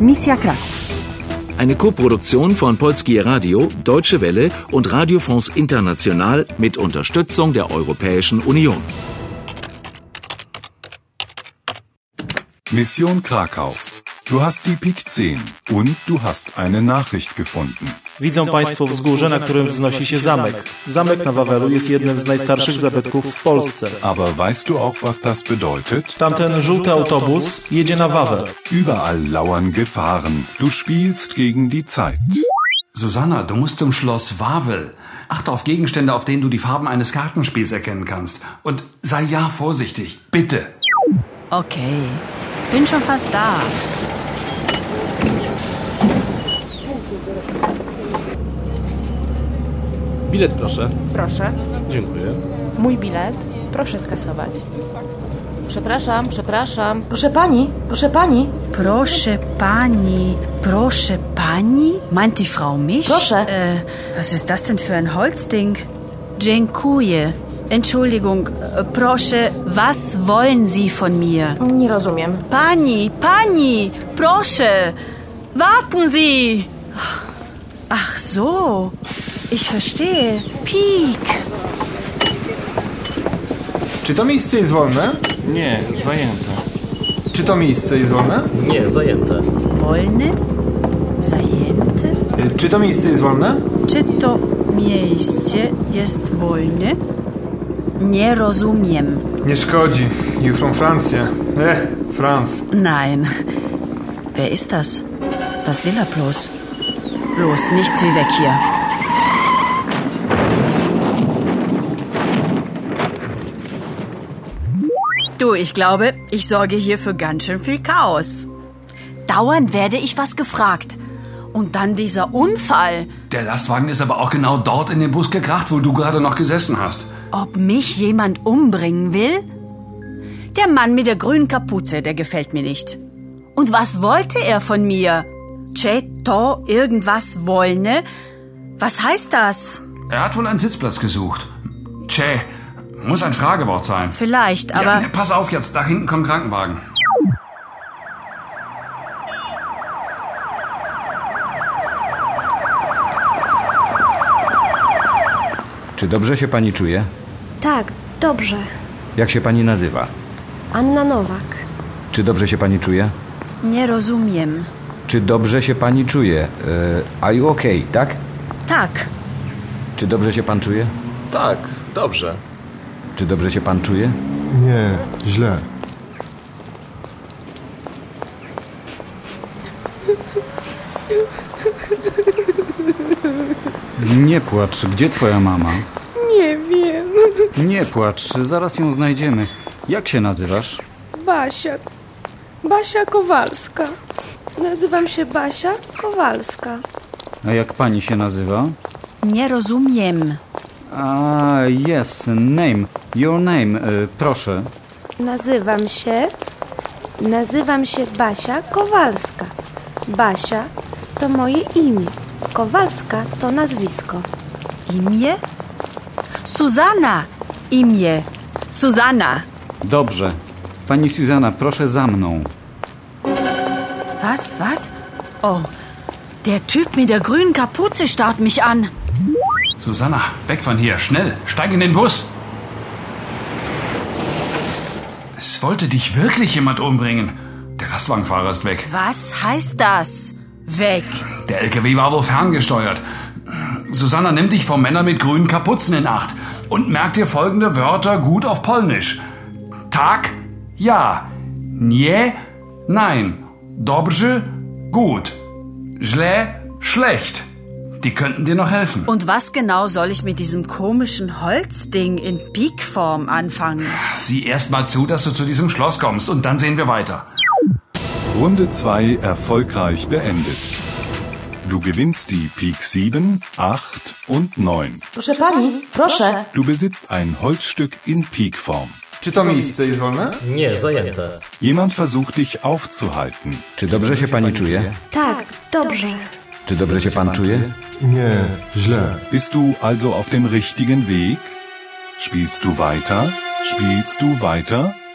Misja Kraków. Eine Koproduktion von Polskie Radio, Deutsche Welle und Radio France International mit Unterstützung der Europäischen Union. Mission Krakau. Du hast die Pik 10 und du hast eine Nachricht gefunden. Widzą Państwo wzgórze, na którym wznosi się zamek. Zamek na Wawelu jest jednym z najstarszych zabytków w Polsce. Aber weißt du auch, was das bedeutet? Tamten żółty autobus jedzie na Wawel. Überall lauern Gefahren. Du spielst gegen die Zeit. Susanna, du musst zum Schloss Wawel. Achte auf Gegenstände, auf denen du die Farben eines Kartenspiels erkennen kannst. Und sei ja vorsichtig, bitte. Okay, bin schon fast da. Bilet proszę. Proszę. Dziękuję. Mój bilet. Proszę skasować. Przepraszam, przepraszam. Proszę pani, proszę pani. Proszę pani, proszę pani? Meint die Frau mich? Proszę. Äh, was ist das denn für ein Holzding? Dziękuję. Entschuldigung, äh, proszę, was wollen Sie von mir? Nie rozumiem. Pani, pani, proszę, warten Sie. Ach so, ich verstehe. Peak. Czy to miejsce jest wolne? Nie, zajęte. Czy to miejsce jest wolne? Nie, zajęte. Wolne? Zajęte? Y, Czy to miejsce jest wolne? Czy to miejsce jest wolne? Nie rozumiem. Nie szkodzi. You from Francję. Eh, France. Nein. Wer ist das? Was will er bloß? Los, nichts wie weg hier. Du, ich glaube, ich sorge hier für ganz schön viel Chaos. Dauernd werde ich was gefragt. Und dann dieser Unfall. Der Lastwagen ist aber auch genau dort in den Bus gekracht, wo du gerade noch gesessen hast. Ob mich jemand umbringen will? Der Mann mit der grünen Kapuze, der gefällt mir nicht. Und was wollte er von mir? Che, to, irgendwas wolne? Was heißt das? Er hat wohl einen Sitzplatz gesucht. Tschä, muss ein Fragewort sein. Vielleicht, ja, aber ne, pass auf jetzt, da hinten kommt Krankenwagen. Czy dobrze się pani czuje? Tak, dobrze. Jak się pani nazywa? Anna Nowak. Czy dobrze się pani czuje? nie rozumiem. Czy dobrze się pani czuje? E, are you okay, tak? Tak, Czy dobrze się pan czuje? Tak, dobrze. Czy dobrze się pan czuje? Nie, źle. Nie płacz, gdzie twoja mama? Nie wiem. Nie płacz, zaraz ją znajdziemy. Jak się nazywasz? Basia. Basia Kowalska. Nazywam się Basia Kowalska. A jak pani się nazywa? nie rozumiem. A, yes, name. Your name, y, proszę. Nazywam się. Nazywam się Basia Kowalska. Basia to moje imię. Kowalska to nazwisko. Imię? Susanna, imię. Susanna. Dobrze. Pani Suzana, proszę za mną. Was, was? Oh, der Typ mit der grünen Kapuze starrt mich an. Susanna, weg von hier, schnell, steig in den Bus. Es wollte dich wirklich jemand umbringen. Der Lastwagenfahrer ist weg. Was heißt das? Weg. Der LKW war wohl ferngesteuert. Susanna, nimm dich vor Männern mit grünen Kapuzen in Acht und merk dir folgende Wörter gut auf Polnisch. Tag, ja. Nie, nein. Dobrze, gut. Źle, schlecht. Die könnten dir noch helfen. Und was genau soll ich mit diesem komischen Holzding in Peakform anfangen? Sieh erst mal zu, dass du zu diesem Schloss kommst und dann sehen wir weiter. Runde 2 erfolgreich beendet. Du gewinnst die Pik 7, 8 und 9. Proszę pani, proszę. Du besitzt ein Holzstück in Pikform. Czy to miejsce jest wolne? Nie, zajęte. Jemand versucht dich aufzuhalten. Czy dobrze się pani czuje? Tak, dobrze. Czy dobrze się pan czuje? Nie, źle. Bist du also auf dem richtigen Weg? Spielst du weiter? Spielst du weiter?